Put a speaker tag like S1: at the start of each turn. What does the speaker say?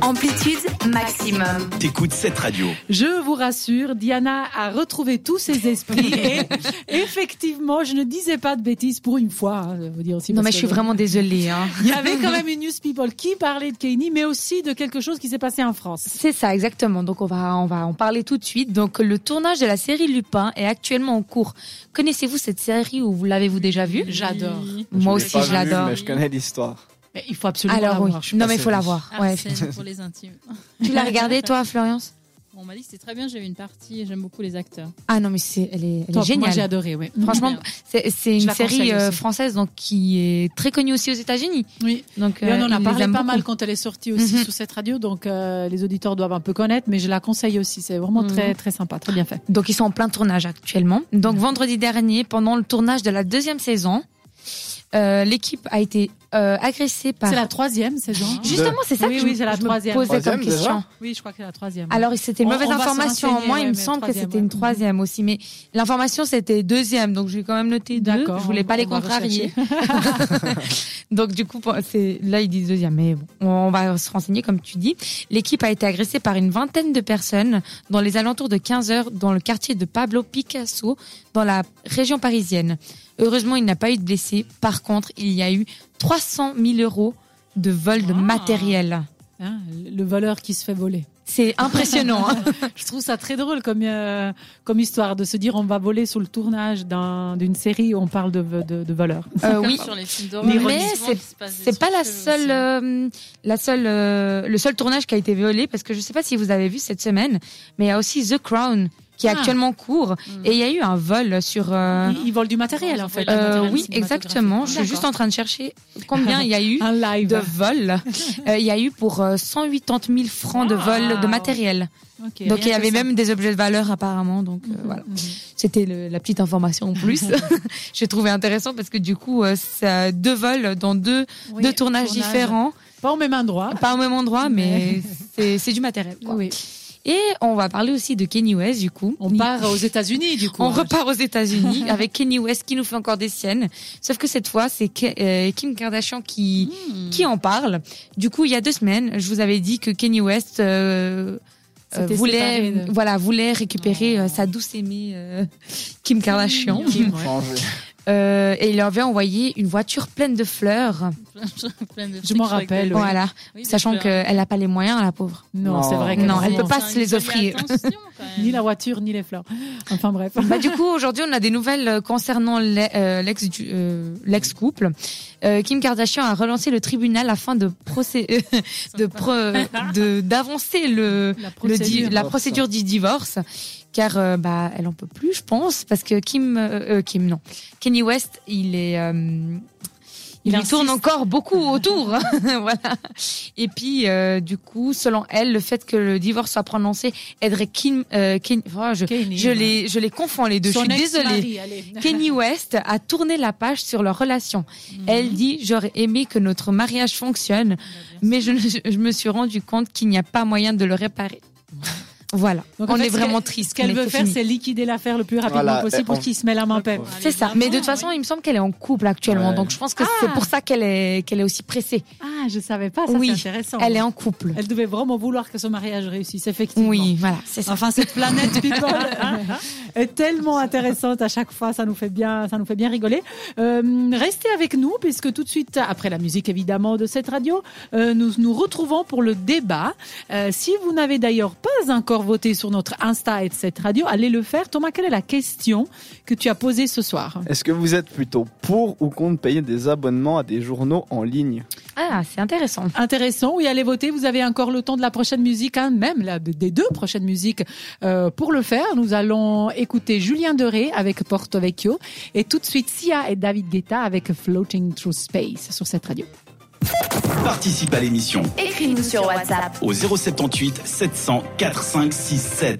S1: Amplitude maximum.
S2: T'écoutes cette radio.
S3: Je vous rassure, Diana a retrouvé tous ses esprits. et effectivement, je ne disais pas de bêtises pour une fois. hein, je vais vous dire aussi
S4: Non,
S3: parce
S4: mais je
S3: que
S4: suis vraiment désolée. hein.
S3: Il y avait quand même une News People qui parlait de Kanye, mais aussi de quelque chose qui s'est passé en France.
S4: C'est ça, exactement. Donc, on va, on va en parler tout de suite. Donc, le tournage de la série Lupin est actuellement en cours. Connaissez-vous cette série ou vous l'avez-vous déjà vue
S3: J'adore.
S4: Moi
S5: l'ai
S4: aussi,
S5: pas
S4: je
S5: vu,
S4: l'adore.
S5: Mais je connais l'histoire.
S3: Mais il faut absolument la
S4: Alors, oui.
S3: voir.
S4: Non, mais il faut la voir. Ouais.
S6: Arsène pour les intimes.
S4: Tu l'as regardée, toi, Florence
S6: On m'a dit que c'était très bien, j'ai vu une partie et j'aime beaucoup les acteurs.
S4: Ah non, mais c'est, elle est, elle est
S3: Top, Moi, j'ai
S4: géniale.
S3: adoré, oui.
S4: Franchement,
S6: Bien.
S4: c'est, c'est
S3: Je
S4: une
S3: la conseille
S4: série euh,
S3: aussi.
S4: française donc qui est très connue aussi aux États-Unis.
S3: Oui.
S4: Donc,
S3: Et
S4: euh,
S3: on en a
S4: ils
S3: parlé pas
S4: aiment
S3: mal
S4: beaucoup.
S3: quand elle est sortie aussi
S4: Mhm.
S3: sous cette radio, donc euh, les auditeurs doivent un peu connaître, mais je la conseille aussi. C'est
S4: Mhm.
S3: vraiment très très sympa, très bien fait.
S4: Donc, ils sont en plein tournage actuellement. Donc, vendredi dernier, pendant le tournage de la deuxième saison, euh, l'équipe a été euh, agressée par.
S3: C'est la troisième saison.
S4: Justement, c'est ça
S3: Oui,
S4: que
S3: oui,
S4: je,
S3: c'est la
S4: je me
S3: troisième.
S4: posais
S5: Troisième,
S4: comme
S5: déjà
S4: question.
S3: Oui, je crois que c'est la troisième.
S4: Alors, c'était
S3: On-
S4: une mauvaise
S3: on va se
S4: information.
S3: renseigner,
S4: Moi, il
S3: ouais,
S4: me
S3: mais
S4: semble que
S3: troisième,
S4: c'était une
S3: ouais.
S4: troisième aussi. Mais l'information, c'était deuxième. Donc, j'ai quand même noté deux.
S3: D'accord,
S4: Je voulais
S3: on-
S4: pas les
S3: on va
S4: contrarier. donc, du coup, c'est, là, ils disent deuxième. Mais bon, on va se renseigner, comme tu dis. L'équipe a été agressée par une vingtaine de personnes dans les alentours de 15 heures dans le quartier de Pablo Picasso, dans la région parisienne. Heureusement, il n'a pas eu de blessés. Par contre, il y a eu 300 000 euros de vol de
S6: Ah.
S4: matériel.
S3: Hein, le voleur qui se fait voler.
S4: C'est impressionnant. hein.
S3: Je trouve ça très drôle comme, euh, comme histoire de se dire on va voler sur le tournage d'un- d'une série où on parle de, de, de voleurs.
S4: Euh,
S6: Comme
S4: oui.
S6: sur les films
S4: Mais
S6: d'horreur.
S4: c'est- C'est pas la seule, euh, la seule, euh, le seul tournage qui a été violé parce que je sais pas si vous avez vu cette semaine, mais il y a aussi The Crown qui est
S3: Ah.
S4: actuellement en cours et il y a eu un vol sur. euh,
S3: Ils, ils volent du matériel en fait.
S6: Ils volent du
S4: euh,
S6: matériel
S4: oui,
S6: cinématographique.
S4: exactement. Je suis
S6: D'accord.
S4: juste en train de chercher combien il y a eu
S3: Un live.
S4: de vols. Euh, Il y a eu pour euh, 180 000 francs de vol de
S3: Wow.
S4: matériel.
S3: Ok.
S4: Donc il y
S6: rien que
S4: avait
S6: ça.
S4: même des objets de valeur apparemment. Donc euh, voilà. C'était le- la petite information en plus. J'ai trouvé intéressant parce que du coup, euh, ça- deux vols dans deux,
S3: Oui,
S4: deux tournages
S3: tournage.
S4: différents,
S3: Pas au même endroit.
S4: pas au même endroit, mais c'est- c'est du matériel. quoi.
S3: Oui.
S4: Et on va parler aussi de Kenny West du coup.
S3: On
S4: Il-
S3: part aux États-Unis du coup.
S4: on repart aux États-Unis avec Kenny West qui nous fait encore des siennes. Sauf que cette fois, c'est Ke- euh, Kim Kardashian qui,
S3: Mm.
S6: Hmm.
S4: qui en parle. Du coup, il y a deux semaines, je vous avais dit que Kenny West euh, euh,
S3: S'était séparé
S4: voulait,
S3: de- Oh.
S4: voilà, voulait récupérer euh, sa douce aimée euh, Kim Kardashian.
S3: Kim, ouais.
S5: Changer.
S4: Euh, et il leur avait envoyé une voiture pleine de fleurs.
S3: Je m'en rappelle. oui.
S4: Voilà, sachant qu'elle n'a pas les moyens, la pauvre.
S3: Non,
S5: Non.
S3: c'est vrai que
S4: Non, elle peut pas se les offrir.
S3: Ni la voiture, ni les fleurs. Enfin bref.
S4: Bah, du coup, aujourd'hui, on a des nouvelles euh, concernant l'e- euh, l'ex du- euh, l'ex-couple. Euh, Kim Kardashian a relancé le tribunal afin de procé- euh, de pro- de- d'avancer le
S3: La
S4: le di-
S3: procédure.
S4: la
S5: Divorce.
S4: procédure du divorce, car euh, bah elle en peut plus, je pense, parce que Kim euh, euh, Kim non, Kenny West, il est euh, il,
S3: Il
S4: lui tourne
S3: insiste.
S4: encore beaucoup autour. voilà. Et puis, euh, du coup, selon elle, le fait que le divorce soit prononcé aiderait Kim. euh, Ken- oh, je,
S3: Kenny.
S4: je les, je les confonds les deux.
S3: Son
S4: je suis
S3: ex-mari,
S4: désolée.
S3: allez.
S4: Kenny West a tourné la page sur leur relation.
S3: Mhm.
S4: Elle dit J'aurais aimé que notre mariage fonctionne, mais je, ne- je me suis rendu compte qu'il n'y a pas moyen de le réparer. Voilà.
S3: Donc, en
S4: on
S3: fait,
S4: est
S3: ce
S4: vraiment
S3: qu'elle-
S4: triste.
S3: Ce qu'elle
S4: mais
S3: veut
S4: c'est
S3: faire,
S4: fini.
S3: c'est liquider l'affaire le plus rapidement
S5: Voilà,
S3: possible
S5: et
S3: pour
S5: on-
S3: qu'ils se mettent la main en paix.
S4: C'est ça. Mais de toute façon, il me semble qu'elle est en couple actuellement.
S5: Ouais.
S4: Donc, je pense que c'est pour ça qu'elle est, qu'elle est aussi pressée.
S3: Ah, je savais pas, ça
S4: Oui,
S3: c'est intéressant.
S4: Elle est en couple.
S3: Elle devait vraiment vouloir que son mariage réussisse, effectivement.
S4: Oui, voilà, c'est ça.
S3: Enfin, cette planète people est tellement intéressante à chaque fois, ça nous fait bien, ça nous fait bien rigoler. Euh, restez avec nous, puisque tout de suite, après la musique évidemment de cette radio, euh, nous nous retrouvons pour le débat. Euh, si vous n'avez d'ailleurs pas encore voté sur notre Insta et de cette radio, allez le faire. Thomas, quelle est la question que tu as posée ce soir
S5: Est-ce que vous êtes plutôt pour ou contre payer des abonnements à des journaux en ligne
S4: Ah, c'est intéressant.
S3: intéressant. Oui, allez voter. Vous avez encore le temps de la prochaine musique, hein, même la, des deux prochaines musiques euh, pour le faire. Nous allons écouter Julien Deré avec Porto Vecchio et tout de suite Sia et David Guetta avec Floating Through Space sur cette radio.
S2: Participe à l'émission
S1: Écris-nous sur WhatsApp.
S2: au 078 700 4567.